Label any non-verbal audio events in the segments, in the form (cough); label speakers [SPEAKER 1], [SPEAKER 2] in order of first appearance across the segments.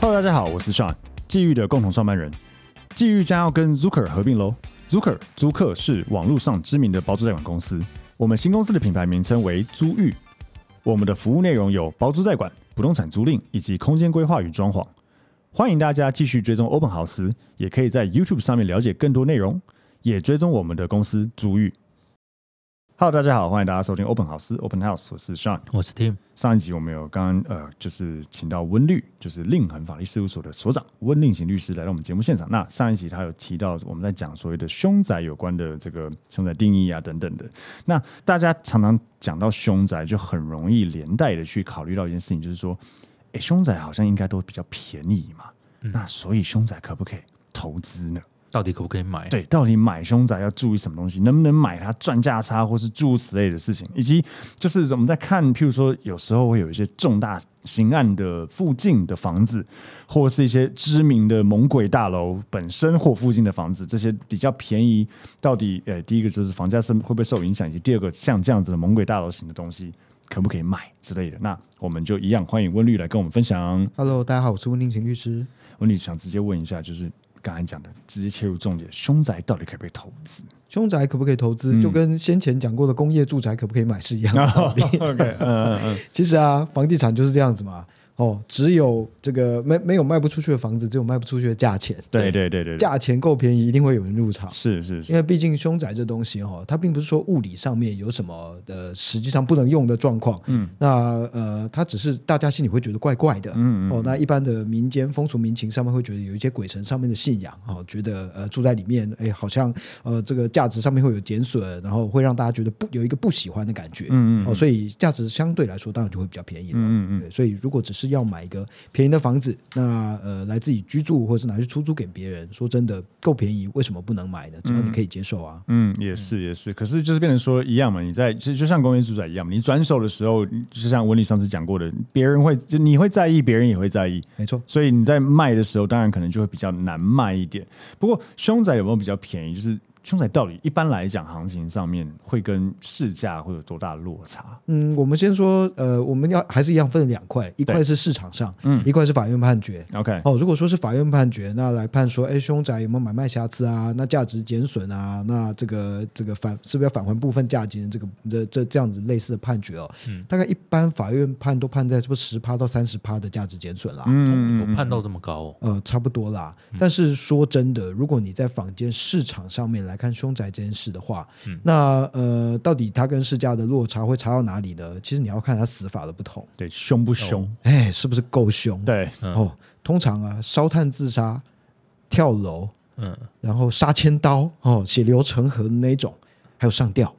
[SPEAKER 1] Hello，大家好，我是 Sean，际遇的共同创办人。际遇将要跟 Zucker 合并喽。Zucker 租客是网络上知名的包租代管公司，我们新公司的品牌名称为租遇。我们的服务内容有包租代管、不动产租赁以及空间规划与装潢。欢迎大家继续追踪 Open House，也可以在 YouTube 上面了解更多内容，也追踪我们的公司租遇。Hello，大家好，欢迎大家收听 Open House。Open House，我是 Sean。
[SPEAKER 2] 我是 Tim，
[SPEAKER 1] 上一集我们有刚刚呃，就是请到温律，就是令恒法律事务所的所长温令行律师来到我们节目现场。那上一集他有提到我们在讲所谓的凶宅有关的这个凶宅定义啊等等的。那大家常常讲到凶宅，就很容易连带的去考虑到一件事情，就是说，诶，凶宅好像应该都比较便宜嘛，那所以凶宅可不可以投资呢？
[SPEAKER 2] 到底可不可以买？，
[SPEAKER 1] 对，到底买凶宅要注意什么东西？能不能买它赚价差，或是诸如此类的事情？以及就是我们在看，譬如说，有时候会有一些重大刑案的附近的房子，或是一些知名的猛鬼大楼本身或附近的房子，这些比较便宜，到底呃，第一个就是房价是会不会受影响，以及第二个像这样子的猛鬼大楼型的东西。可不可以买之类的？那我们就一样欢迎温律来跟我们分享。
[SPEAKER 3] Hello，大家好，我是温定行律师。
[SPEAKER 1] 温律想直接问一下，就是刚才讲的，直接切入重点，凶宅到底可不可以投资？
[SPEAKER 3] 凶宅可不可以投资，
[SPEAKER 1] 嗯
[SPEAKER 3] 就跟先前讲过的工业住宅可不可以买是
[SPEAKER 1] (laughs)
[SPEAKER 3] 一样的道理。
[SPEAKER 1] OK，嗯嗯
[SPEAKER 3] 其实啊，房地产就是这样子嘛。哦，只有这个没没有卖不出去的房子，只有卖不出去的价钱。
[SPEAKER 1] 对对对对，对
[SPEAKER 3] 价钱够便宜，一定会有人入场。
[SPEAKER 1] 是是是
[SPEAKER 3] 因，为毕竟凶宅这东西哦，它并不是说物理上面有什么呃实际上不能用的状况，嗯，那呃它只是大家心里会觉得怪怪的，嗯哦，那一般的民间风俗民情上面会觉得有一些鬼神上面的信仰，哦，觉得呃住在里面，哎，好像呃这个价值上面会有减损，然后会让大家觉得不有一个不喜欢的感觉，嗯嗯，哦，所以价值相对来说当然就会比较便宜了，嗯嗯，所以如果只是要买一个便宜的房子，那呃来自己居住或者是拿去出租给别人，说真的够便宜，为什么不能买呢？只要你可以接受啊。
[SPEAKER 1] 嗯，也是也是，可是就是变成说一样嘛，你在就就像工业住宅一样嘛，你转手的时候，就像文理上次讲过的，别人会就你会在意，别人也会在意，
[SPEAKER 3] 没错，
[SPEAKER 1] 所以你在卖的时候，当然可能就会比较难卖一点。不过凶宅有没有比较便宜？就是凶宅到底一般来讲，行情上面会跟市价会有多大的落差？
[SPEAKER 3] 嗯，我们先说，呃，我们要还是一样分两块，一块是市场上，嗯，一块是法院判决。
[SPEAKER 1] OK，
[SPEAKER 3] 哦，如果说是法院判决，那来判说，哎，凶宅有没有买卖瑕疵啊？那价值减损啊？那这个这个返是不是要返还部分价金？这个这这这样子类似的判决哦，大概一般法院判都判在是不是十趴到三十趴的价值减损啦？
[SPEAKER 1] 嗯
[SPEAKER 2] 有判到这么高哦，
[SPEAKER 3] 呃，差不多啦。但是说真的，如果你在坊间市场上面来看凶宅这件事的话，那呃，到底它跟市价的落差会差到哪里呢？其实你要看它死法的不同，
[SPEAKER 1] 对，凶不凶？
[SPEAKER 3] 哎，是不是够凶？
[SPEAKER 1] 对，
[SPEAKER 3] 哦，通常啊，烧炭自杀、跳楼，
[SPEAKER 2] 嗯，
[SPEAKER 3] 然后杀千刀，哦，血流成河的那一种，还有上吊，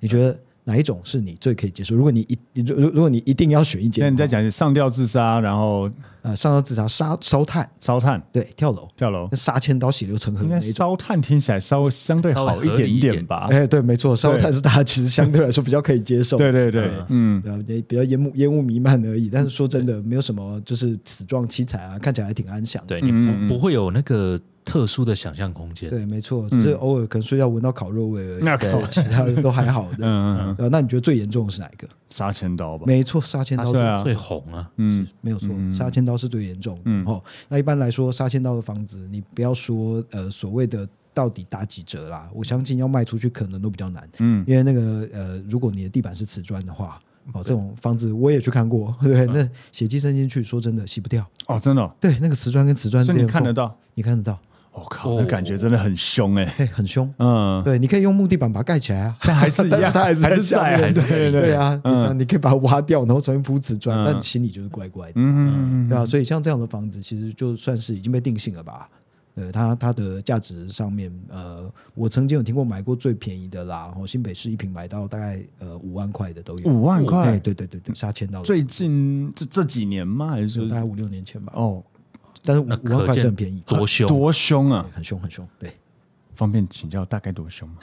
[SPEAKER 3] 你觉得哪一种是你最可以接受？如果你一，你如如果你一定要选一
[SPEAKER 1] 那
[SPEAKER 3] 件
[SPEAKER 1] 你再
[SPEAKER 3] 的话，
[SPEAKER 1] 讲上吊自杀，然后
[SPEAKER 3] 呃，上吊自杀、杀烧炭，
[SPEAKER 1] 烧炭、
[SPEAKER 3] 对，跳楼。
[SPEAKER 1] 跳楼，
[SPEAKER 3] 杀千刀、血流成河
[SPEAKER 1] 应
[SPEAKER 3] 的那
[SPEAKER 1] 该
[SPEAKER 3] 一种。
[SPEAKER 1] 烧炭听起来稍微相对好一点点吧？
[SPEAKER 3] 哎，对，没错，烧炭是大家其实相对来说比较可以接受，
[SPEAKER 1] 对对对，嗯，
[SPEAKER 3] 对啊，也比较烟雾烟雾弥漫而已。但是说真的，没有什么就是死状凄惨啊，看起来还挺安详。
[SPEAKER 2] 对你
[SPEAKER 1] 嗯
[SPEAKER 2] 不不会有那个特殊的想象空间，
[SPEAKER 3] 对，没错，只是偶尔可能睡觉闻到烤肉味而已，
[SPEAKER 1] 嗯那可
[SPEAKER 3] 对其他的都还好的。
[SPEAKER 1] 嗯
[SPEAKER 3] (laughs) 呃，那你觉得最严重的是哪一个？
[SPEAKER 1] 杀千刀吧，
[SPEAKER 3] 没错，杀千刀
[SPEAKER 2] 它
[SPEAKER 3] 最
[SPEAKER 1] 对啊
[SPEAKER 2] 最红啊，
[SPEAKER 1] 嗯，
[SPEAKER 3] 没有错，杀千刀是最严重的。哦，那一般来说，杀千刀的房子，你不要说呃所谓的到底打几折啦，我相信要卖出去可能都比较难。
[SPEAKER 1] 嗯
[SPEAKER 3] 嗯，因为那个呃，如果你的地板是瓷砖的话，哦，这种房子我也去看过， (laughs)
[SPEAKER 1] 啊
[SPEAKER 3] 对，那血迹渗进去，说真的洗不掉。
[SPEAKER 1] 哦，真的哦，
[SPEAKER 3] 对，那个瓷砖跟瓷砖之
[SPEAKER 1] 所以
[SPEAKER 3] 间
[SPEAKER 1] 你
[SPEAKER 3] 的
[SPEAKER 1] 看得
[SPEAKER 3] 缝，
[SPEAKER 1] 到，
[SPEAKER 3] 你看得到，
[SPEAKER 1] 我靠，那感觉真的很凶哎，
[SPEAKER 3] 哎，很凶。
[SPEAKER 1] 嗯，
[SPEAKER 3] (laughs) 对，你可以用木地板把它盖起来啊。
[SPEAKER 1] 但还是一
[SPEAKER 3] (laughs) 但是
[SPEAKER 1] 样，
[SPEAKER 3] 它还是
[SPEAKER 1] 还
[SPEAKER 3] 在
[SPEAKER 1] 是
[SPEAKER 3] 下面
[SPEAKER 1] 还是对对
[SPEAKER 3] 对啊，
[SPEAKER 1] 嗯
[SPEAKER 3] 你你可以把它挖掉，然后重新铺瓷砖
[SPEAKER 1] 嗯，
[SPEAKER 3] 但心里就是怪怪的。
[SPEAKER 1] 嗯，
[SPEAKER 3] 对啊，所以像这样的房子，其实就算是已经被定性了吧？呃，它它的价值上面，呃，我曾经有听过买过最便宜的啦，然后新北市一平买到大概呃五万块的都有，
[SPEAKER 1] 五万
[SPEAKER 3] 哎
[SPEAKER 1] 块，
[SPEAKER 3] 对对对对，杀千刀的
[SPEAKER 1] 最近这这几年吗？还是
[SPEAKER 3] 就大
[SPEAKER 1] 说
[SPEAKER 3] 概五六年前吧，
[SPEAKER 1] 哦，
[SPEAKER 3] 但是五
[SPEAKER 2] 那
[SPEAKER 3] 五万
[SPEAKER 2] 可
[SPEAKER 3] 块是
[SPEAKER 2] 见
[SPEAKER 3] 很便宜，
[SPEAKER 2] 多凶，
[SPEAKER 1] 多凶啊？
[SPEAKER 3] 很凶很凶，对，
[SPEAKER 1] 方便请教大概多凶吗？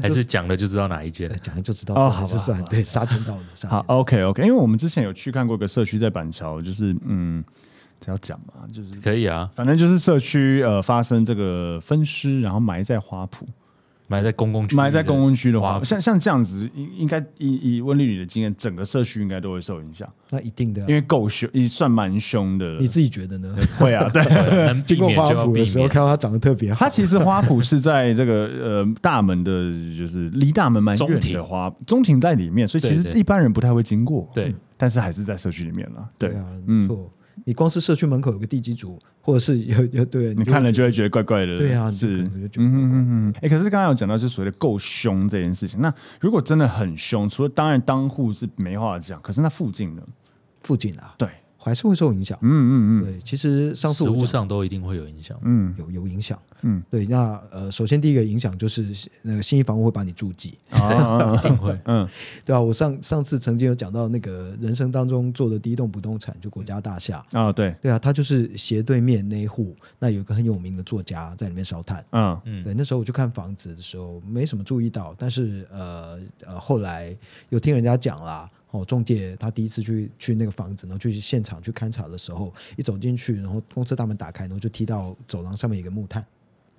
[SPEAKER 2] 还是讲了就知道哪一件
[SPEAKER 3] 呃，讲了就知道
[SPEAKER 1] 哦好吧
[SPEAKER 3] 是算对杀千刀的，杀
[SPEAKER 1] 好
[SPEAKER 3] 千刀
[SPEAKER 1] ，OK OK，因为我们之前有去看过一个社区在板桥，就是嗯，只要讲嘛，就是
[SPEAKER 2] 可以啊，
[SPEAKER 1] 反正就是社区呃发生这个分尸，然后埋在花圃，
[SPEAKER 2] 埋在公共区域的，
[SPEAKER 1] 埋在公共区的话，
[SPEAKER 2] 哇
[SPEAKER 1] 像像这样子，应应该以以温丽女的经验，整个社区应该都会受影响，
[SPEAKER 3] 那一定的啊、
[SPEAKER 1] 因为够凶，也算蛮凶的了。
[SPEAKER 3] 你自己觉得呢？
[SPEAKER 1] 会啊，对。 (laughs)
[SPEAKER 2] 对能避
[SPEAKER 3] 经过
[SPEAKER 2] 免
[SPEAKER 3] 花
[SPEAKER 2] 就要
[SPEAKER 3] 圃
[SPEAKER 2] 避
[SPEAKER 3] 的时候，
[SPEAKER 2] 免。
[SPEAKER 3] 看到它长得特别好
[SPEAKER 1] 它，其实花圃是在这个呃大门的，就是离大门蛮远
[SPEAKER 2] 中
[SPEAKER 1] 的
[SPEAKER 2] 庭
[SPEAKER 1] 花中庭在里面，所以其实
[SPEAKER 2] 对对
[SPEAKER 1] 一般人不太会经过。嗯
[SPEAKER 2] 对，
[SPEAKER 1] 但是还是在社区里面了。对，嗯
[SPEAKER 3] 啊，没错。你光是社区门口有个地基组，或者是有有对，
[SPEAKER 1] 你看了就
[SPEAKER 3] 会
[SPEAKER 1] 会觉得怪怪的。
[SPEAKER 3] 对啊你
[SPEAKER 1] 是
[SPEAKER 3] 可能就，觉得
[SPEAKER 1] 嗯哼哼哼。哎、可是刚刚有讲到，就是所谓的够凶这件事情。那如果真的很凶，除了当然当户是没话讲，可是那附近呢？
[SPEAKER 3] 附近啊，
[SPEAKER 1] 对，
[SPEAKER 3] 还是会受影响。
[SPEAKER 1] 嗯嗯嗯
[SPEAKER 3] 对，其实上次
[SPEAKER 2] 食
[SPEAKER 3] 我
[SPEAKER 2] 物
[SPEAKER 3] 讲
[SPEAKER 2] 上都一定会有影响。
[SPEAKER 1] 嗯，
[SPEAKER 3] 有有影响，
[SPEAKER 1] 嗯，
[SPEAKER 3] 对。那呃，首先第一个影响就是那个新一房屋会把你注记， (laughs)
[SPEAKER 1] 啊，
[SPEAKER 2] 一定会，
[SPEAKER 1] 嗯
[SPEAKER 3] 对啊，我上上次曾经有讲到那个人生当中做的第一栋不动产，就国家大厦，
[SPEAKER 1] 啊，对，
[SPEAKER 3] 对啊，它就是斜对面那一户，那有一个很有名的作家在里面烧炭。
[SPEAKER 1] 嗯
[SPEAKER 3] 对，那时候我去看房子的时候没什么注意到，但是呃呃，后来有听人家讲啦，哦，中介他第一次去去那个房子，然后去现场去勘察的时候，一走进去，然后公司大门打开，然后就踢到走廊上面有一个木炭，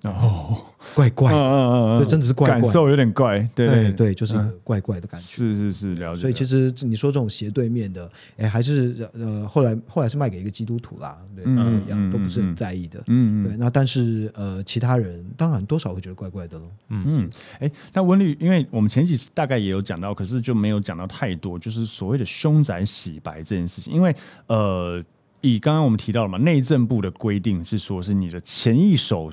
[SPEAKER 1] 哦，
[SPEAKER 3] (laughs) 怪怪
[SPEAKER 1] 嗯
[SPEAKER 3] 的，
[SPEAKER 1] 嗯嗯嗯，
[SPEAKER 3] 对真的是怪怪
[SPEAKER 1] 感受有点怪，对
[SPEAKER 3] 对
[SPEAKER 1] 对
[SPEAKER 3] 对，就是一个
[SPEAKER 1] 嗯
[SPEAKER 3] 怪怪的感觉。
[SPEAKER 1] 是是是，了解。
[SPEAKER 3] 所以其实你说这种斜对面的，哎，还是呃后来后来是卖给一个基督徒啦，对，
[SPEAKER 1] 嗯
[SPEAKER 3] 不
[SPEAKER 1] 嗯
[SPEAKER 3] 一样，都不是
[SPEAKER 1] 嗯嗯
[SPEAKER 3] 很在意的。
[SPEAKER 1] 嗯，嗯
[SPEAKER 3] 对，那但是呃，其他人当然多少会觉得怪怪的喽。
[SPEAKER 1] 嗯，哎、那温律，因为我们前几次大概也有讲到，可是就没有讲到太多，就是所谓的凶宅洗白这件事情。因为呃，以刚刚我们提到了嘛，内政部的规定是说，是你的前一手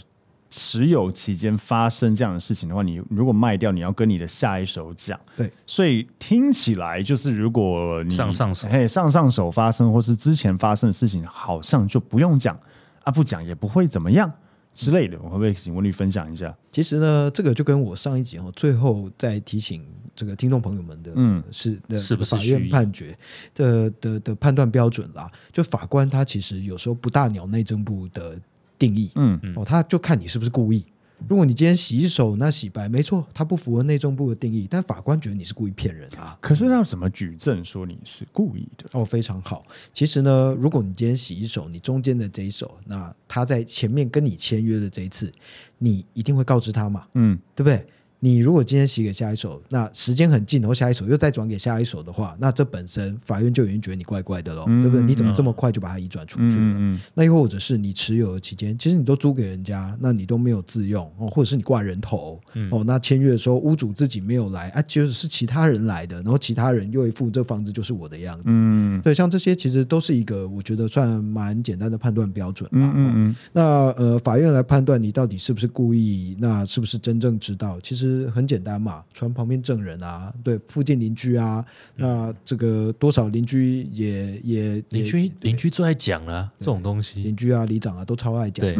[SPEAKER 1] 持有期间发生这样的事情的话，你如果卖掉，你要跟你的下一手讲。
[SPEAKER 3] 对，
[SPEAKER 1] 所以听起来就是，如果你
[SPEAKER 2] 上上手
[SPEAKER 1] 嘿上上手发生，或是之前发生的事情，好像就不用讲啊，不讲也不会怎么样之类的。我会不会请温律分享一下？
[SPEAKER 3] 其实呢，这个就跟我上一集哦，最后再提醒这个听众朋友们的，
[SPEAKER 1] 嗯
[SPEAKER 3] 是的，
[SPEAKER 2] 是不是
[SPEAKER 3] 法
[SPEAKER 2] 蓄
[SPEAKER 3] 院
[SPEAKER 2] 意
[SPEAKER 3] 判决的的的判断标准啦？就法官他其实有时候不大鸟内政部的定义，
[SPEAKER 1] 嗯
[SPEAKER 3] 哦，他就看你是不是故意。如果你今天洗一手，那洗白没错，他不符合内政部的定义，但法官觉得你是故意骗人啊。
[SPEAKER 1] 可是要怎么举证说你是故意的？
[SPEAKER 3] 哦，非常好。其实呢，如果你今天洗一手，你中间的这一手，那他在前面跟你签约的这一次，你一定会告知他嘛？
[SPEAKER 1] 嗯
[SPEAKER 3] 对不对？你如果今天洗给下一手，那时间很近，然后下一手又再转给下一手的话，那这本身法院就已经觉得你怪怪的喽，
[SPEAKER 1] 嗯
[SPEAKER 3] 对不对？你怎么
[SPEAKER 2] 嗯
[SPEAKER 3] 这么快就把它移转出去？
[SPEAKER 1] 嗯嗯
[SPEAKER 3] 那又或者是你持有的期间，其实你都租给人家，那你都没有自用哦，或者是你挂人头、
[SPEAKER 1] 嗯
[SPEAKER 3] 哦，那签约的时候屋主自己没有来啊，就是其他人来的，然后其他人又一副这房子就是我的样子。
[SPEAKER 1] 嗯
[SPEAKER 3] 对，像这些其实都是一个我觉得算蛮简单的判断标准啦。
[SPEAKER 1] 嗯
[SPEAKER 3] 哦
[SPEAKER 1] 嗯
[SPEAKER 3] 那呃，法院来判断你到底是不是故意，那是不是真正知道？其实很简单嘛，传旁边证人啊，对，附近邻居啊，
[SPEAKER 2] 嗯
[SPEAKER 3] 那这个多少邻居也也
[SPEAKER 2] 邻
[SPEAKER 3] 也
[SPEAKER 2] 居邻居最爱讲了、这种东西，
[SPEAKER 3] 邻居啊、里长啊都超爱讲。
[SPEAKER 2] 对
[SPEAKER 1] 嗯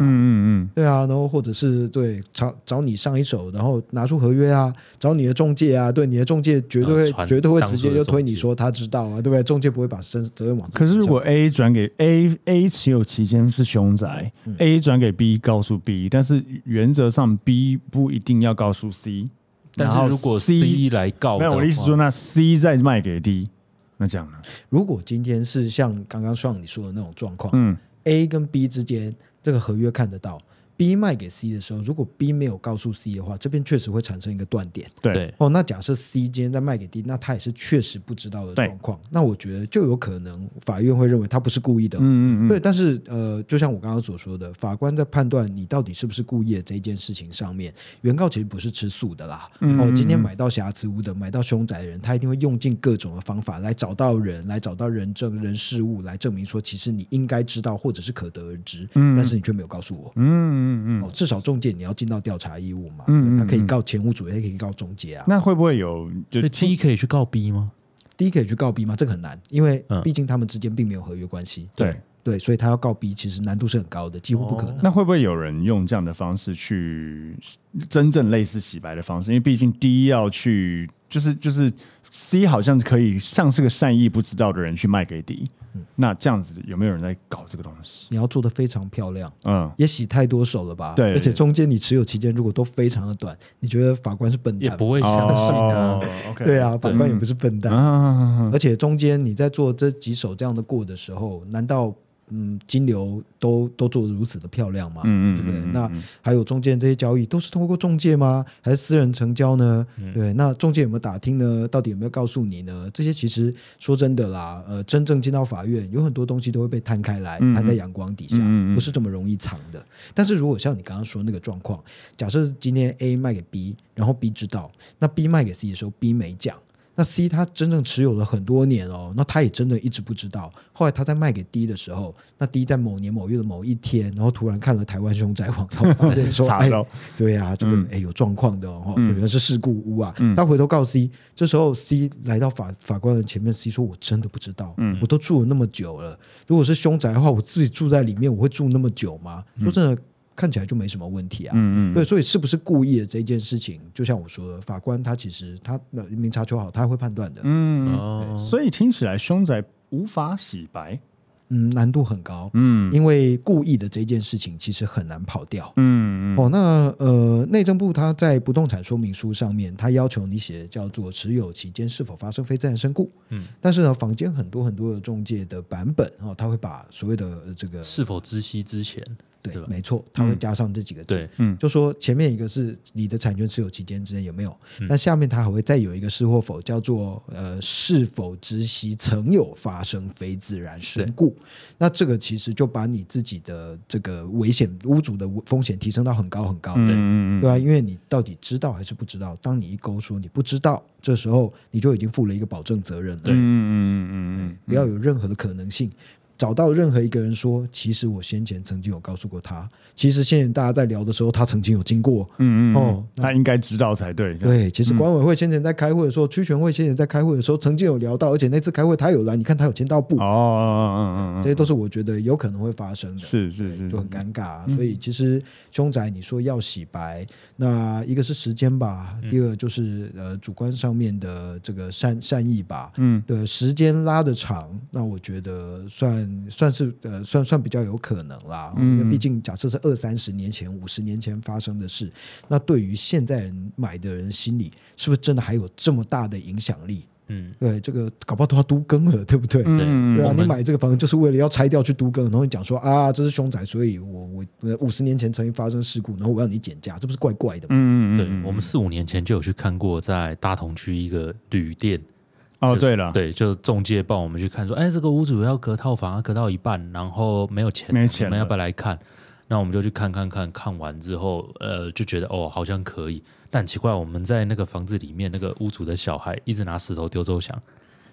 [SPEAKER 1] 嗯
[SPEAKER 3] 对啊，然后或者是对找找你上一手，然后拿出合约啊，找你的中介啊，对你的中介绝对
[SPEAKER 2] 啊
[SPEAKER 3] 会
[SPEAKER 2] 传
[SPEAKER 3] 绝对会直接
[SPEAKER 2] 当初的
[SPEAKER 3] 就推你
[SPEAKER 2] 中介
[SPEAKER 3] 说他知道啊，对不对？中介不会把身责任往自己
[SPEAKER 1] 可是如
[SPEAKER 3] 身上
[SPEAKER 1] 果 A 转给 A A 持有期间是凶宅、a 转给 B 告诉 B，但是原则上 B 不一定要告诉 C。
[SPEAKER 2] 但
[SPEAKER 1] 然后
[SPEAKER 2] 是如果
[SPEAKER 1] C
[SPEAKER 2] C 来告，
[SPEAKER 1] 没有，我的意思说，，那 C 再卖给 D，那这样呢？
[SPEAKER 3] 如果今天是像刚刚上你说的那种状况，
[SPEAKER 1] 嗯
[SPEAKER 3] A 跟 B 之间这个合约看得到，B 卖给 C 的时候，如果 B 没有告诉 C 的话，这边确实会产生一个断点。
[SPEAKER 1] 对
[SPEAKER 2] 对，
[SPEAKER 3] 哦，那假设 C 今天在卖给 D，那他也是确实不知道的
[SPEAKER 1] 对
[SPEAKER 3] 状况，那我觉得就有可能法院会认为他不是故意的。哦
[SPEAKER 1] 嗯嗯嗯，
[SPEAKER 3] 对，但是呃，就像我刚刚所说的，法官在判断你到底是不是故意的这一件事情上面，原告其实不是吃素的啦。
[SPEAKER 1] 嗯
[SPEAKER 3] 哦，今天
[SPEAKER 1] 嗯嗯
[SPEAKER 3] 买到瑕疵屋的，买到凶宅的人，他一定会用尽各种的方法来找到人，来找到人证、人事物来证明说，其实你应该知道或者是可得而知，
[SPEAKER 1] 嗯
[SPEAKER 3] 但是你却没有告诉我。
[SPEAKER 1] 嗯嗯
[SPEAKER 3] 哦
[SPEAKER 1] 嗯，，
[SPEAKER 3] 至少中介你要尽到调查义务嘛，
[SPEAKER 1] 嗯嗯
[SPEAKER 3] 他可以
[SPEAKER 1] 嗯
[SPEAKER 3] 告前屋主，也可以告中介啊。
[SPEAKER 1] 那会不会有就
[SPEAKER 2] 所以 D 可以去告 B 吗？
[SPEAKER 3] 第一可以去告 B 吗？这个很难，因为
[SPEAKER 2] 嗯
[SPEAKER 3] 毕竟他们之间并没有合约关系。
[SPEAKER 1] 对？
[SPEAKER 3] 对，所以他要告 B，其实难度是很高的，几乎不可
[SPEAKER 2] 哦
[SPEAKER 3] 能。
[SPEAKER 1] 那会不会有人用这样的方式去真正类似洗白的方式？因为毕竟 D 要去，就是就是 C 好像可以像是个善意不知道的人去卖给 D，、那
[SPEAKER 3] 嗯
[SPEAKER 1] 这样子有没有人在搞这个东西？
[SPEAKER 3] 你要做的非常漂亮，
[SPEAKER 1] 嗯，
[SPEAKER 3] 也洗太多手了吧？
[SPEAKER 1] 对
[SPEAKER 3] 而且中间你持有期间如果都非常的短，你觉得法官是
[SPEAKER 1] 嗯
[SPEAKER 3] 笨
[SPEAKER 2] 也
[SPEAKER 3] 蛋吗？
[SPEAKER 2] 不会相信啊。
[SPEAKER 1] o k
[SPEAKER 3] (laughs) 对啊，法官也不是笨蛋。
[SPEAKER 1] 哦啊，
[SPEAKER 3] 而且中间你在做这几手这样的过的时候，难道嗯金流都都做得如此的漂亮嘛，
[SPEAKER 1] 嗯
[SPEAKER 3] 对
[SPEAKER 1] 嗯
[SPEAKER 3] 不对？
[SPEAKER 1] 嗯，
[SPEAKER 3] 那
[SPEAKER 1] 嗯
[SPEAKER 3] 还有中间这些交易都是通过中介吗？还是私人成交呢？对，那中介有没有打听呢？到底有没有告诉你呢？这些其实说真的啦，呃，真正进到法院，有很多东西都会被摊开来，
[SPEAKER 1] 嗯
[SPEAKER 3] 摊在阳光底下
[SPEAKER 1] 嗯嗯嗯，
[SPEAKER 3] 不是这么容易藏的。但是如果像你刚刚说那个状况，假设今天 A 卖给 B，然后 B 知道，那 B 卖给 C 的时候，B 没讲。那 C 他真正持有了很多年哦，那他也真的一直不知道。后来他在卖给 D 的时候，那 D 在某年某月的某一天，然后突然看了台湾凶宅网，然后
[SPEAKER 1] (laughs)
[SPEAKER 3] 发现说：“
[SPEAKER 1] 查
[SPEAKER 3] 哎，
[SPEAKER 1] 到
[SPEAKER 3] 对呀、这个
[SPEAKER 1] 嗯
[SPEAKER 3] 哎、有状况的哦，
[SPEAKER 1] 嗯
[SPEAKER 3] 可能是事故屋啊。
[SPEAKER 1] 嗯
[SPEAKER 3] 他回头告 C，这时候 C 来到法法官的前面，C 说：“我真的不知道，
[SPEAKER 1] 嗯
[SPEAKER 3] 我都住了那么久了。如果是凶宅的话，我自己住在里面，我会住那么久吗？”说真的，看起来就没什么问题啊。
[SPEAKER 1] 嗯嗯
[SPEAKER 3] 对，所以是不是故意的这件事情，就像我说的，法官他其实他那明察秋毫，他会判断的。
[SPEAKER 1] 嗯，
[SPEAKER 2] 哦，
[SPEAKER 1] 所以听起来凶宅无法洗白，
[SPEAKER 3] 嗯，难度很高，
[SPEAKER 1] 嗯
[SPEAKER 3] 因为故意的这件事情其实很难跑掉。
[SPEAKER 1] 嗯嗯
[SPEAKER 3] 哦，那呃，内政部他在不动产说明书上面，他要求你写叫做持有期间是否发生非自然身故。
[SPEAKER 2] 嗯，
[SPEAKER 3] 但是呢，坊间很多很多的中介的版本哦，他会把所谓的呃这个
[SPEAKER 2] 是否知悉之前，
[SPEAKER 3] 对
[SPEAKER 2] 对吧，
[SPEAKER 3] 没错，他会加上这几个字。
[SPEAKER 2] 对，
[SPEAKER 1] 嗯
[SPEAKER 3] 就说前面一个是你的产权持有期间之内有没有，那下面它还会再有一个是或否，叫做呃是否知悉曾有发生非自然身故。那这个其实就把你自己的这个危险屋主的风险提升到很高很高。
[SPEAKER 1] 嗯嗯嗯，
[SPEAKER 3] 对啊，因为你到底知道还是不知道？当你一勾说你不知道，这时候你就已经负了一个保证责任了。
[SPEAKER 1] 嗯嗯嗯嗯
[SPEAKER 3] 不要有任何的可能性。找到任何一个人说，其实我先前曾经有告诉过他，其实现在大家在聊的时候，他曾经有经过。
[SPEAKER 1] 嗯嗯
[SPEAKER 3] 哦
[SPEAKER 1] 哦，他应该知道才对，
[SPEAKER 3] 对，其实管委会先前在开会的时候，区权会先前在开会的时候，曾经有聊到，而且那次开会他有来，你看他有签到
[SPEAKER 1] 哦
[SPEAKER 3] 簿，
[SPEAKER 1] 哦嗯嗯嗯，
[SPEAKER 3] 这些都是我觉得有可能会发生的。
[SPEAKER 1] 是是是，
[SPEAKER 3] 就很尴尬、啊所以其实凶宅，你说要洗白，那一个是时间吧，第二就是呃主观上面的这个善善意吧。
[SPEAKER 1] 嗯
[SPEAKER 3] 对，时间拉的长，那我觉得算算是呃算算比较有可能啦，因为毕竟假设是二三十年前、五十年前发生的事，那对于现在人买的人心里，是不是真的还有这么大的影响力？
[SPEAKER 2] 嗯，
[SPEAKER 3] 对，这个搞不好都要都更了，对不对？
[SPEAKER 1] 嗯
[SPEAKER 3] 对啊，
[SPEAKER 2] 我
[SPEAKER 3] 你
[SPEAKER 2] 们
[SPEAKER 3] 买这个房子就是为了要拆掉去都更，然后你讲说啊，这是凶宅，所以我我五十年前曾经发生事故，然后我要你减价，这不是怪怪的吗？
[SPEAKER 1] 嗯
[SPEAKER 2] 对，我们四五年前就有去看过，在大同区一个旅店，
[SPEAKER 1] 哦
[SPEAKER 2] 就是
[SPEAKER 1] 对了，
[SPEAKER 2] 对，就中介帮我们去看说，哎，这个屋主要隔套房，要啊隔到一半，然后没有钱，
[SPEAKER 1] 没钱
[SPEAKER 2] 我们要
[SPEAKER 1] 了
[SPEAKER 2] 不要来看？那我们就去看看看，看完之后，呃，就觉得哦，好像可以，但奇怪，我们在那个房子里面，那个屋主的小孩一直拿石头丢周翔，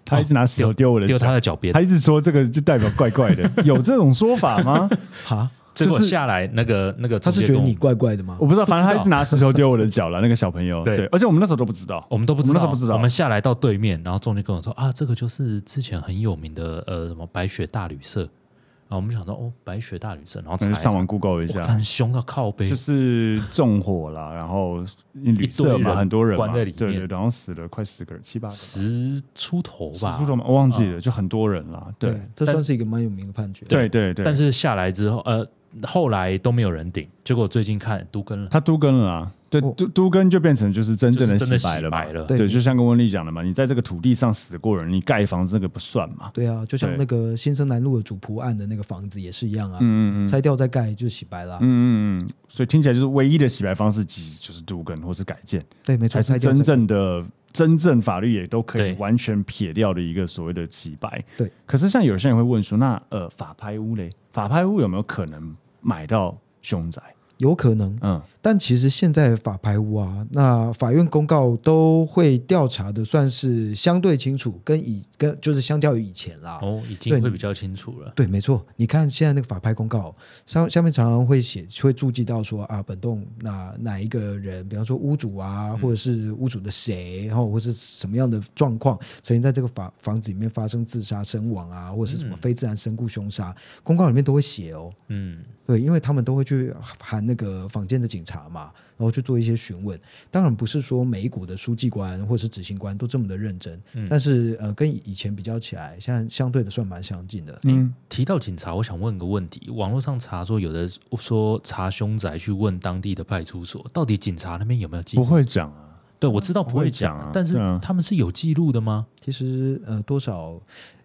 [SPEAKER 1] 他一直拿石头丢我的
[SPEAKER 2] 丢他
[SPEAKER 1] 脚，
[SPEAKER 2] 的脚边
[SPEAKER 1] 他，一直说这个就代表怪怪的，有这种说法吗？
[SPEAKER 3] 哈，
[SPEAKER 2] 结果
[SPEAKER 1] 就是
[SPEAKER 2] 下来那个那个
[SPEAKER 3] 他
[SPEAKER 2] 中
[SPEAKER 3] 是
[SPEAKER 2] 介
[SPEAKER 3] 觉得
[SPEAKER 2] 跟我
[SPEAKER 3] 你
[SPEAKER 2] 们
[SPEAKER 3] 怪怪的吗
[SPEAKER 1] 我？不知道，反正他一直拿石头丢我的脚了，那个小朋友。
[SPEAKER 2] 对哦
[SPEAKER 1] 对，而且我们那时候都不知道，
[SPEAKER 2] 我们都不知道，
[SPEAKER 1] 我们那时候不知道
[SPEAKER 2] 我们下来到对面，然后中介跟我说啊，这个就是之前很有名的呃什么白雪大旅社，然后我们想到哦，白雪大旅社，然后
[SPEAKER 1] 我
[SPEAKER 2] 才
[SPEAKER 1] 们就嗯上网 Google 一下
[SPEAKER 2] 很，凶到靠背，
[SPEAKER 1] 就是纵火啦，然后旅社
[SPEAKER 2] 一堆
[SPEAKER 1] 嘛，
[SPEAKER 2] 人
[SPEAKER 1] 很多人嘛
[SPEAKER 2] 关在里面
[SPEAKER 1] 对对，然后死了快十个人，七八个吧，
[SPEAKER 2] 十出头
[SPEAKER 1] 十
[SPEAKER 2] 吧，
[SPEAKER 1] 出头嘛，我忘记了，就很多人啦。对
[SPEAKER 3] 这
[SPEAKER 2] 但
[SPEAKER 3] 算是一个蛮有名的判决。
[SPEAKER 1] 对对对，
[SPEAKER 2] 但是下来之后，呃，后来都没有人顶，结果最近看都跟了，
[SPEAKER 1] 他都更了啊，对，
[SPEAKER 3] 哦
[SPEAKER 1] 都都更就变成就是真正的
[SPEAKER 2] 就是真的
[SPEAKER 1] 洗白了嘛
[SPEAKER 2] 洗白了
[SPEAKER 1] 对，
[SPEAKER 3] 对
[SPEAKER 1] 就像跟温丽讲的嘛，你在这个土地上死过人，你盖房子那个不算嘛。
[SPEAKER 3] 对啊，就像
[SPEAKER 1] 对
[SPEAKER 3] 那个新生南路的主仆案的那个房子也是一样啊，
[SPEAKER 1] 嗯嗯嗯
[SPEAKER 3] 拆掉再盖就洗白啦。
[SPEAKER 1] 嗯嗯嗯，所以听起来就是唯一的洗白方式，其实就是都更或是改建。
[SPEAKER 3] 对，没
[SPEAKER 1] 才
[SPEAKER 3] 错，
[SPEAKER 1] 是
[SPEAKER 3] 拆掉
[SPEAKER 1] 真
[SPEAKER 3] 再
[SPEAKER 1] 正的真正法律也都可以
[SPEAKER 2] 对
[SPEAKER 1] 完全撇掉的一个所谓的洗白。
[SPEAKER 3] 对，
[SPEAKER 1] 可是像有些人会问说，那呃法拍屋嘞，法拍屋有没有可能买到凶宅？
[SPEAKER 3] 有可能。
[SPEAKER 1] 嗯
[SPEAKER 3] 但其实现在的法拍屋啊，那法院公告都会调查的，算是相对清楚，跟以跟就是相较于以前啦。
[SPEAKER 2] 哦，已
[SPEAKER 3] 对
[SPEAKER 2] 经会比较清楚了，
[SPEAKER 3] 对，没错。你看现在那个法拍公告上下面常常会写，会注记到说啊，本栋哪哪一个人，比方说屋主啊，或者是屋主的谁，然后或是什么样的状况，曾经在这个房房子里面发生自杀身亡啊，或者是什么非自然身故凶杀，公告里面都会写哦。
[SPEAKER 2] 嗯，
[SPEAKER 3] 对，因为他们都会去喊那个房间的警察嘛，然后去做一些询问。当然不是说每一股的书记官或是执行官都这么的认真，但是呃，跟以前比较起来，现在相对的算蛮相近的。
[SPEAKER 1] 嗯
[SPEAKER 2] 提到警察，我想问个问题：网络上查说有的说查凶宅，去问当地的派出所，到底警察那边有没有记
[SPEAKER 1] 不
[SPEAKER 2] 录？
[SPEAKER 1] 会讲啊。
[SPEAKER 2] 对，我知道
[SPEAKER 1] 不
[SPEAKER 2] 不
[SPEAKER 1] 会
[SPEAKER 2] 会
[SPEAKER 1] 讲
[SPEAKER 2] 讲，
[SPEAKER 1] 啊
[SPEAKER 2] 但是
[SPEAKER 1] 对啊
[SPEAKER 2] 他们是有记录的吗？
[SPEAKER 3] 其实呃，多少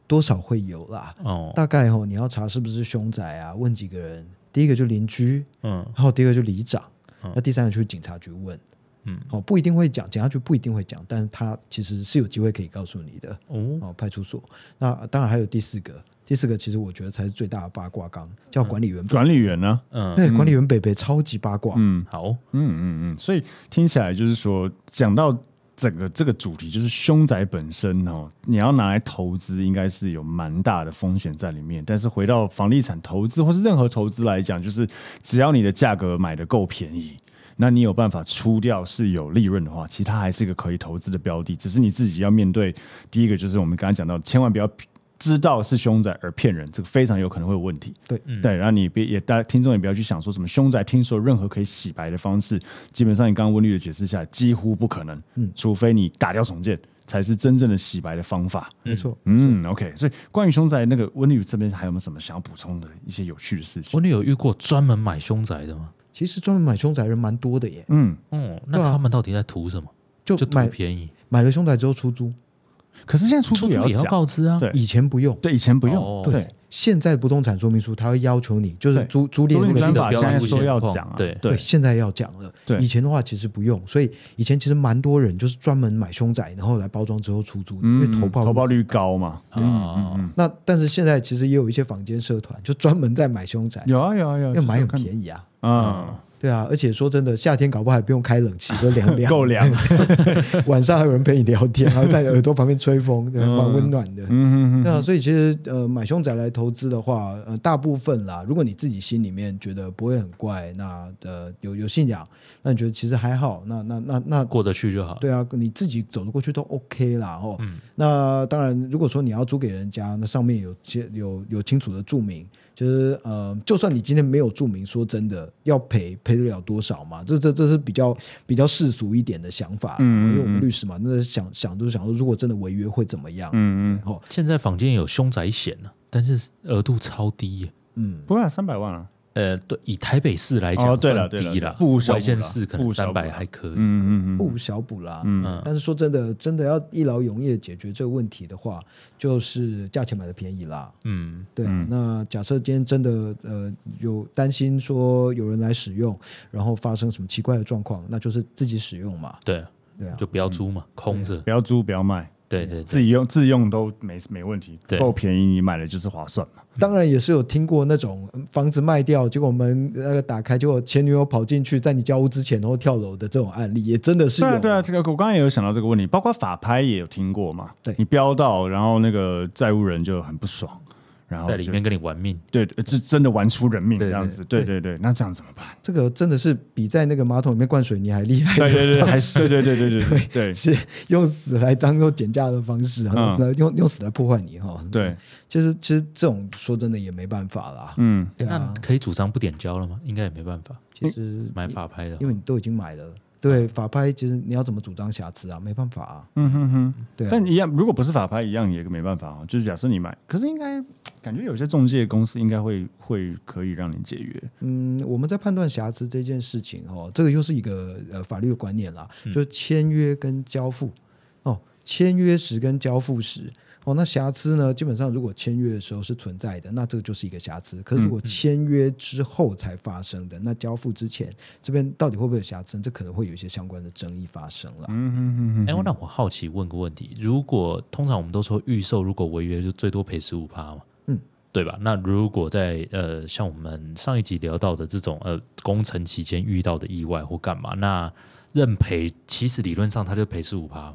[SPEAKER 3] 多少会有啦。
[SPEAKER 2] 哦，
[SPEAKER 3] 大概哦，你要查是不是凶宅啊？问几个人，第一个就邻居，
[SPEAKER 2] 嗯
[SPEAKER 3] 然后第二个就里长，
[SPEAKER 2] 嗯
[SPEAKER 3] 那第三个就是警察局问。
[SPEAKER 2] 嗯，
[SPEAKER 3] 哦，不一定会讲，警察局不一定会讲，但是他其实是有机会可以告诉你的。
[SPEAKER 2] 哦，
[SPEAKER 3] 哦，派出所。那当然还有第四个，第四个其实我觉得才是最大的八卦缸，叫管理员。
[SPEAKER 1] 管理员呢？
[SPEAKER 2] 嗯，
[SPEAKER 3] 对，管理员北北超级八卦。
[SPEAKER 1] 嗯
[SPEAKER 2] 好，
[SPEAKER 1] 嗯嗯嗯，所以听起来就是说，讲到整个这个主题，就是凶宅本身哦，你要拿来投资，应该是有蛮大的风险在里面。但是回到房地产投资或是任何投资来讲，就是只要你的价格买的够便宜。那你有办法出掉是有利润的话，其实它还是一个可以投资的标的，只是你自己要面对。第一个就是我们刚刚讲到，千万不要知道是凶宅而骗人，这个非常有可能会有问题。
[SPEAKER 3] 对
[SPEAKER 1] 对，然后你别也大家听众也不要去想说什么凶宅，听说任何可以洗白的方式，基本上你刚刚温律的解释下，几乎不可能。嗯，除非你打掉重建，才是真正的洗白的方法。
[SPEAKER 3] 没错，
[SPEAKER 1] 嗯，OK，所以关于凶宅那个温律这边还有没有什么想要补充的一些有趣的事情？
[SPEAKER 2] 哦我你有遇过专门买凶宅的吗？
[SPEAKER 3] 其实专门买凶宅人蛮多的耶，
[SPEAKER 1] 嗯，
[SPEAKER 2] 哦，那
[SPEAKER 3] 对啊
[SPEAKER 2] 他们到底在图什么？
[SPEAKER 3] 就
[SPEAKER 2] 就图
[SPEAKER 3] 买
[SPEAKER 2] 便宜，
[SPEAKER 3] 买了凶宅之后出租，
[SPEAKER 1] 可是现在出
[SPEAKER 2] 出
[SPEAKER 1] 租
[SPEAKER 2] 租也要
[SPEAKER 1] 讲，
[SPEAKER 2] 告知啊。
[SPEAKER 1] 对
[SPEAKER 3] 以前不用。
[SPEAKER 1] 对，以前不用，
[SPEAKER 2] 哦
[SPEAKER 1] 对
[SPEAKER 3] 对，，现在不动产说明书它会要求你，就是
[SPEAKER 1] 对
[SPEAKER 3] 租租赁
[SPEAKER 1] 租赁
[SPEAKER 3] 那个
[SPEAKER 1] 专
[SPEAKER 3] 地
[SPEAKER 2] 的
[SPEAKER 1] 法
[SPEAKER 3] 方
[SPEAKER 2] 标
[SPEAKER 1] 现
[SPEAKER 2] 准
[SPEAKER 1] 在
[SPEAKER 2] 物
[SPEAKER 1] 说
[SPEAKER 2] 件
[SPEAKER 1] 要
[SPEAKER 2] 况
[SPEAKER 1] 讲啊，
[SPEAKER 2] 对
[SPEAKER 1] 对，
[SPEAKER 3] 现在要讲了。
[SPEAKER 1] 对
[SPEAKER 3] 以前的话其实不用，所以以前其实蛮多人就是专门买凶宅，然后来包装之后出租的，因为投报
[SPEAKER 1] 嗯投报率高嘛，嗯
[SPEAKER 2] 啊，
[SPEAKER 3] 那但是现在其实也有一些坊间社团就专门在买凶宅，
[SPEAKER 1] 有啊有啊有啊，
[SPEAKER 3] 因为买很
[SPEAKER 1] 就是
[SPEAKER 3] 便宜啊。
[SPEAKER 1] 我看啊，
[SPEAKER 3] 对啊，而且说真的，夏天搞不好还不用开冷气，都凉凉，
[SPEAKER 1] 够凉。
[SPEAKER 3] (laughs) 晚上还有人陪你聊天，还后在你耳朵旁边吹风，对吧，蛮温暖的。
[SPEAKER 1] 嗯嗯
[SPEAKER 3] 对啊，所以其实呃，买凶宅来投资的话，呃，大部分啦，如果你自己心里面觉得不会很怪，那呃有有信仰，那你觉得其实还好，那那那那
[SPEAKER 2] 过得去就好。
[SPEAKER 3] 对啊，你自己走得过去都 OK 啦哦。那当然，如果说你要租给人家，那上面有些有有清楚的注明，就是呃，就算你今天没有注明，说真的要赔赔得了多少嘛？这这这是比较比较世俗一点的想法，
[SPEAKER 1] 嗯嗯
[SPEAKER 3] 因为我们律师嘛，那想想都是想说，如果真的违约会怎么样？
[SPEAKER 1] 嗯嗯，
[SPEAKER 3] 然后
[SPEAKER 2] 现在坊间有凶宅险呢，但是额度超低耶。
[SPEAKER 3] 嗯，
[SPEAKER 1] 不过三百万啊，
[SPEAKER 2] 呃，对，以台北市来讲，
[SPEAKER 1] 哦对了
[SPEAKER 2] 算
[SPEAKER 1] 对了
[SPEAKER 2] 低
[SPEAKER 1] 对
[SPEAKER 2] 啦
[SPEAKER 1] 了不无小补啦
[SPEAKER 2] 外县市可
[SPEAKER 1] 不
[SPEAKER 2] 能
[SPEAKER 1] 无小
[SPEAKER 2] 三
[SPEAKER 1] 补啦
[SPEAKER 2] 百还可以。
[SPEAKER 1] 嗯嗯嗯，
[SPEAKER 3] 不无小补啦。
[SPEAKER 2] 嗯
[SPEAKER 3] 但是说真的，真的要一劳永逸地解决这个问题的话，就是价钱买的便宜啦。
[SPEAKER 2] 嗯，
[SPEAKER 3] 对啊，那假设今天真的呃有担心说有人来使用，然后发生什么奇怪的状况，那就是自己使用嘛，
[SPEAKER 2] 对，
[SPEAKER 3] 对啊，
[SPEAKER 2] 就不要租
[SPEAKER 1] 嗯
[SPEAKER 2] 嘛，空着。
[SPEAKER 1] 不要租，不要卖，
[SPEAKER 2] 对对对，
[SPEAKER 1] 自己用自用都没没问题，
[SPEAKER 2] 对
[SPEAKER 1] 够便宜你买了就是划算嘛。
[SPEAKER 3] 当然也是有听过那种嗯房子卖掉，结果我们那个打开，结果前女友跑进去，在你交屋之前然后跳楼的这种案例，也真的是
[SPEAKER 1] 对
[SPEAKER 3] 有
[SPEAKER 1] 啊，对啊，
[SPEAKER 3] 啊，
[SPEAKER 1] 这个我刚刚也有想到这个问题，包括法拍也有听过嘛。
[SPEAKER 3] 对
[SPEAKER 1] 你飙到，然后那个债务人就很不爽，然后
[SPEAKER 2] 在里
[SPEAKER 1] 就
[SPEAKER 2] 面跟你玩命。
[SPEAKER 1] 对，这真的玩出人命
[SPEAKER 2] 对
[SPEAKER 1] 这样子。对对对，那这样怎么办？
[SPEAKER 3] (laughs) 这个真的是比在那个马桶里面灌水泥还厉害
[SPEAKER 1] 对
[SPEAKER 3] 的。
[SPEAKER 1] 对对，还是对对对对对 (laughs) 对
[SPEAKER 3] 是用死来当做减价的方式啊，
[SPEAKER 1] 嗯
[SPEAKER 3] 来用用死来破坏你哈。
[SPEAKER 1] 对，
[SPEAKER 3] 其实其实这种说真的也没办法啦。
[SPEAKER 1] 嗯，
[SPEAKER 3] 对
[SPEAKER 2] 那
[SPEAKER 3] 啊，
[SPEAKER 2] 可以主张不点交了吗？应该也没办法，
[SPEAKER 3] 其实
[SPEAKER 2] 买
[SPEAKER 1] 嗯
[SPEAKER 2] 法拍的话
[SPEAKER 3] 因。为你都已经买了。对，法拍其实你要怎么主张瑕疵啊？没办法啊。
[SPEAKER 1] 嗯哼哼。
[SPEAKER 3] 对啊，
[SPEAKER 1] 但一样，如果不是法拍，一样也没办法哦。就是假设你买，可是应该感觉有些中介公司应该会会可以让你解约。
[SPEAKER 3] 嗯，我们在判断瑕疵这件事情哦，这个又是一个呃法律的观念啦，
[SPEAKER 1] 嗯
[SPEAKER 3] 就是签约跟交付哦，签约时跟交付时哦，那瑕疵呢，基本上如果签约的时候是存在的，那这个就是一个瑕疵。可是如
[SPEAKER 1] 嗯
[SPEAKER 3] 果签约之后才发生的，那交付之前这边到底会不会有瑕疵，这可能会有一些相关的争议发生了。
[SPEAKER 1] 嗯哼哼哼。
[SPEAKER 2] 哎、那我好奇问个问题：如果通常我们都说预售如果违约就最多赔十五趴嘛，
[SPEAKER 3] 嗯，
[SPEAKER 2] 对吧？那如果在呃像我们上一集聊到的这种呃工程期间遇到的意外或干嘛，那认赔其实理论上他就赔十五趴，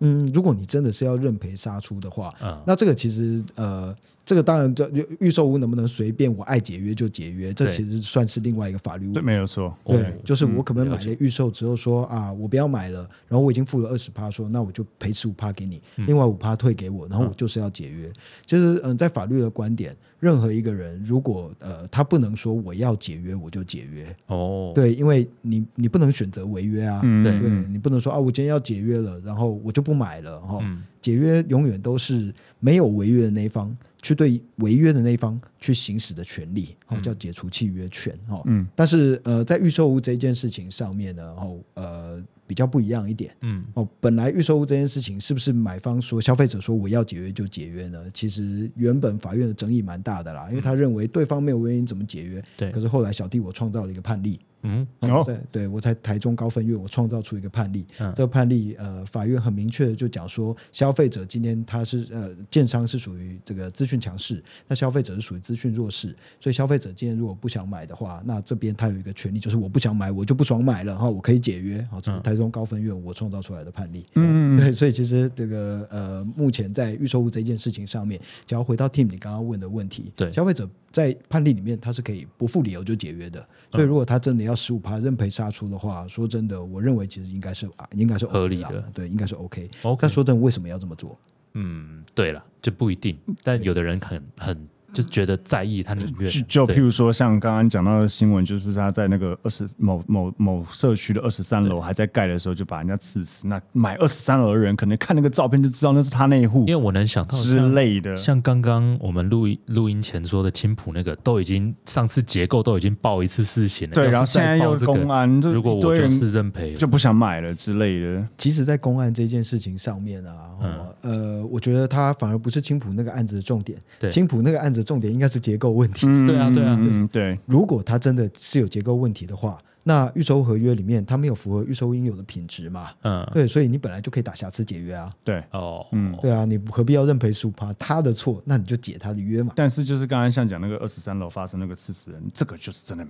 [SPEAKER 3] 嗯，如果你真的是要认赔杀出的话，
[SPEAKER 1] 啊
[SPEAKER 2] 嗯
[SPEAKER 3] 那这个其实呃，这个当然这预售屋能不能随便我爱解约就解约，这
[SPEAKER 2] 对
[SPEAKER 3] 其实算是另外一个法律问
[SPEAKER 1] 对，
[SPEAKER 3] 题。
[SPEAKER 1] 没有错。嗯
[SPEAKER 2] 哦
[SPEAKER 3] 对，就是我可能
[SPEAKER 2] 了
[SPEAKER 3] 买了预售之后说啊，我不要买了，然后我已经付了二十趴，说那我就赔十五趴给你，另外五趴退给我，然后我就是要解约。就是嗯，在法律的观点，任何一个人如果呃他不能说我要解约我就解约，
[SPEAKER 2] 哦，
[SPEAKER 3] 对，因为你你不能选择违约啊，
[SPEAKER 1] 嗯，
[SPEAKER 2] 对
[SPEAKER 3] 对
[SPEAKER 1] 嗯
[SPEAKER 3] 你不能说啊，我今天要解约了，然后我就不买了哈。
[SPEAKER 2] 嗯
[SPEAKER 3] 解约永远都是没有违约的那一方去对违约的那一方去行使的权利，哦，叫解除契约权，哦，
[SPEAKER 1] 嗯，
[SPEAKER 3] 但是呃，在预售屋这件事情上面呢，哦，呃，比较不一样一点，
[SPEAKER 2] 嗯，
[SPEAKER 3] 哦，本来预售屋这件事情是不是买方说消费者说我要解约就解约呢？其实原本法院的争议蛮大的啦，因为他认为对方没有原因怎么解约，
[SPEAKER 2] 对
[SPEAKER 3] 可是后来小弟我创造了一个判例，
[SPEAKER 2] 嗯，
[SPEAKER 1] 哦
[SPEAKER 3] 在对我在台中高分院，我创造出一个判例。
[SPEAKER 2] 嗯
[SPEAKER 3] 这个判例，呃，法院很明确的就讲说，消费者今天他是呃，建商是属于这个资讯强势，那消费者是属于资讯弱势，所以消费者今天如果不想买的话，那这边他有一个权利，就是我不想买，我就不爽买了哈，我可以解约。好，这
[SPEAKER 2] 嗯
[SPEAKER 3] 是台中高分院我创造出来的判例。
[SPEAKER 1] 嗯嗯嗯
[SPEAKER 3] 对，所以其实这个呃，目前在预售物这件事情上面，只要回到 Tim 你刚刚问的问题，
[SPEAKER 2] 对
[SPEAKER 3] 消费者在判例里面他是可以不附理由就解约
[SPEAKER 2] 嗯
[SPEAKER 3] 的，所以如果他真的要十五趴认赔杀出的话，说真的，我认为其实应该是啊应该是 OK
[SPEAKER 2] 合理
[SPEAKER 3] 啦
[SPEAKER 2] 的，
[SPEAKER 3] 对，应该是 OK。
[SPEAKER 2] OK
[SPEAKER 3] 但说真的，为什么要这么做？
[SPEAKER 2] 嗯，对了，就不一定，但有的人很很就觉得在意，他宁愿
[SPEAKER 1] 就就譬
[SPEAKER 2] 对
[SPEAKER 1] 如说，像刚刚讲到的新闻，就是他在那个二十某某某社区的二十三楼还在盖的时候，就把人家刺死。那买二十三楼的人，可能看那个照片就知道那是他那一户
[SPEAKER 2] 因为我能想到
[SPEAKER 1] 之
[SPEAKER 2] 像
[SPEAKER 1] 类的。
[SPEAKER 2] 像刚刚我们录音录音前说的青浦那个，都已经上次结构都已经报一次事情了，
[SPEAKER 1] 对，
[SPEAKER 2] 要是
[SPEAKER 1] 然后现在
[SPEAKER 2] 再报
[SPEAKER 1] 又
[SPEAKER 2] 这个
[SPEAKER 1] 公安，就
[SPEAKER 2] 如果
[SPEAKER 1] 一
[SPEAKER 2] 我
[SPEAKER 1] 堆
[SPEAKER 2] 就
[SPEAKER 1] 人
[SPEAKER 2] 是认赔了，
[SPEAKER 1] 就不想买了之类的。
[SPEAKER 3] 其实，在公案这件事情上面啊，
[SPEAKER 1] 嗯
[SPEAKER 3] 哦呃，我觉得它反而不是青浦那个案子的重点，
[SPEAKER 2] 对
[SPEAKER 3] 青浦那个案子的重点应该是结构问题。
[SPEAKER 1] 嗯
[SPEAKER 2] 对啊对啊
[SPEAKER 1] 嗯，嗯对，
[SPEAKER 3] 如果它真的是有结构问题的话，那预售合约里面它没有符合预售应有的品质嘛？
[SPEAKER 2] 嗯
[SPEAKER 3] 对，所以你本来就可以打瑕疵解约啊。
[SPEAKER 1] 对。
[SPEAKER 2] 哦
[SPEAKER 1] 嗯
[SPEAKER 3] 对啊，你何必要认赔十五趴？他的错，那你就解他的约嘛。
[SPEAKER 1] 但是就是刚刚像讲那个二十三楼发生那个刺死人，这个就是真的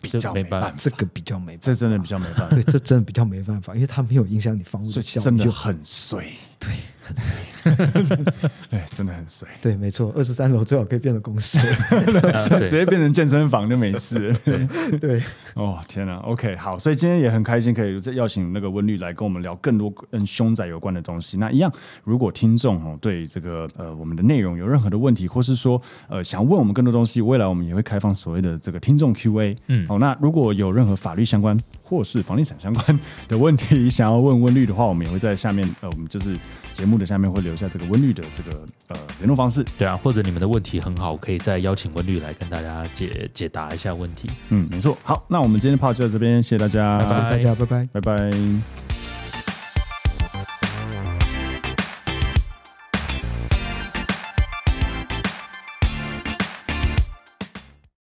[SPEAKER 1] 比
[SPEAKER 2] 这
[SPEAKER 1] 较
[SPEAKER 2] 没
[SPEAKER 1] 没办
[SPEAKER 2] 办
[SPEAKER 1] 法，
[SPEAKER 3] 啊这个比较没办
[SPEAKER 1] 这真的比较没办
[SPEAKER 2] (laughs)
[SPEAKER 1] 法
[SPEAKER 3] 法，，对，这真的比较没办法，因为他没有影响你房屋
[SPEAKER 1] 所
[SPEAKER 3] 的
[SPEAKER 1] 以
[SPEAKER 3] 效
[SPEAKER 1] 真的
[SPEAKER 3] 用。
[SPEAKER 1] 很衰，对，很衰， (laughs) 哎，真的很衰。
[SPEAKER 3] 对，没错，二十三楼最好可以变得公社。
[SPEAKER 2] 啊
[SPEAKER 1] 直
[SPEAKER 2] 对
[SPEAKER 1] 接变成健身房就没事了。
[SPEAKER 3] 对，
[SPEAKER 1] (laughs) 哦，天哪、o k 好，所以今天也很开心可以再邀请那个温律来跟我们聊更多跟凶宅有关的东西。那一样，如果听众哦对这个呃我们的内容有任何的问题，或是说呃想问我们更多东西，未来我们也会开放所谓的这个听众 Q&A。
[SPEAKER 2] 嗯
[SPEAKER 1] 好、那如果有任何法律相关或是房地产相关的问题想要问温律的话，我们也会在下面呃我们就是节目的下面会留下这个温律的这个呃联络方式。
[SPEAKER 2] 对啊，或者你们的问题很好，可以再邀请温律来跟大家解解答一下问题。
[SPEAKER 3] (laughs)
[SPEAKER 1] 嗯，没错。好，那我们今天的 p 就到这边，谢谢大家，
[SPEAKER 2] 拜拜
[SPEAKER 3] 大家拜拜。
[SPEAKER 1] 拜拜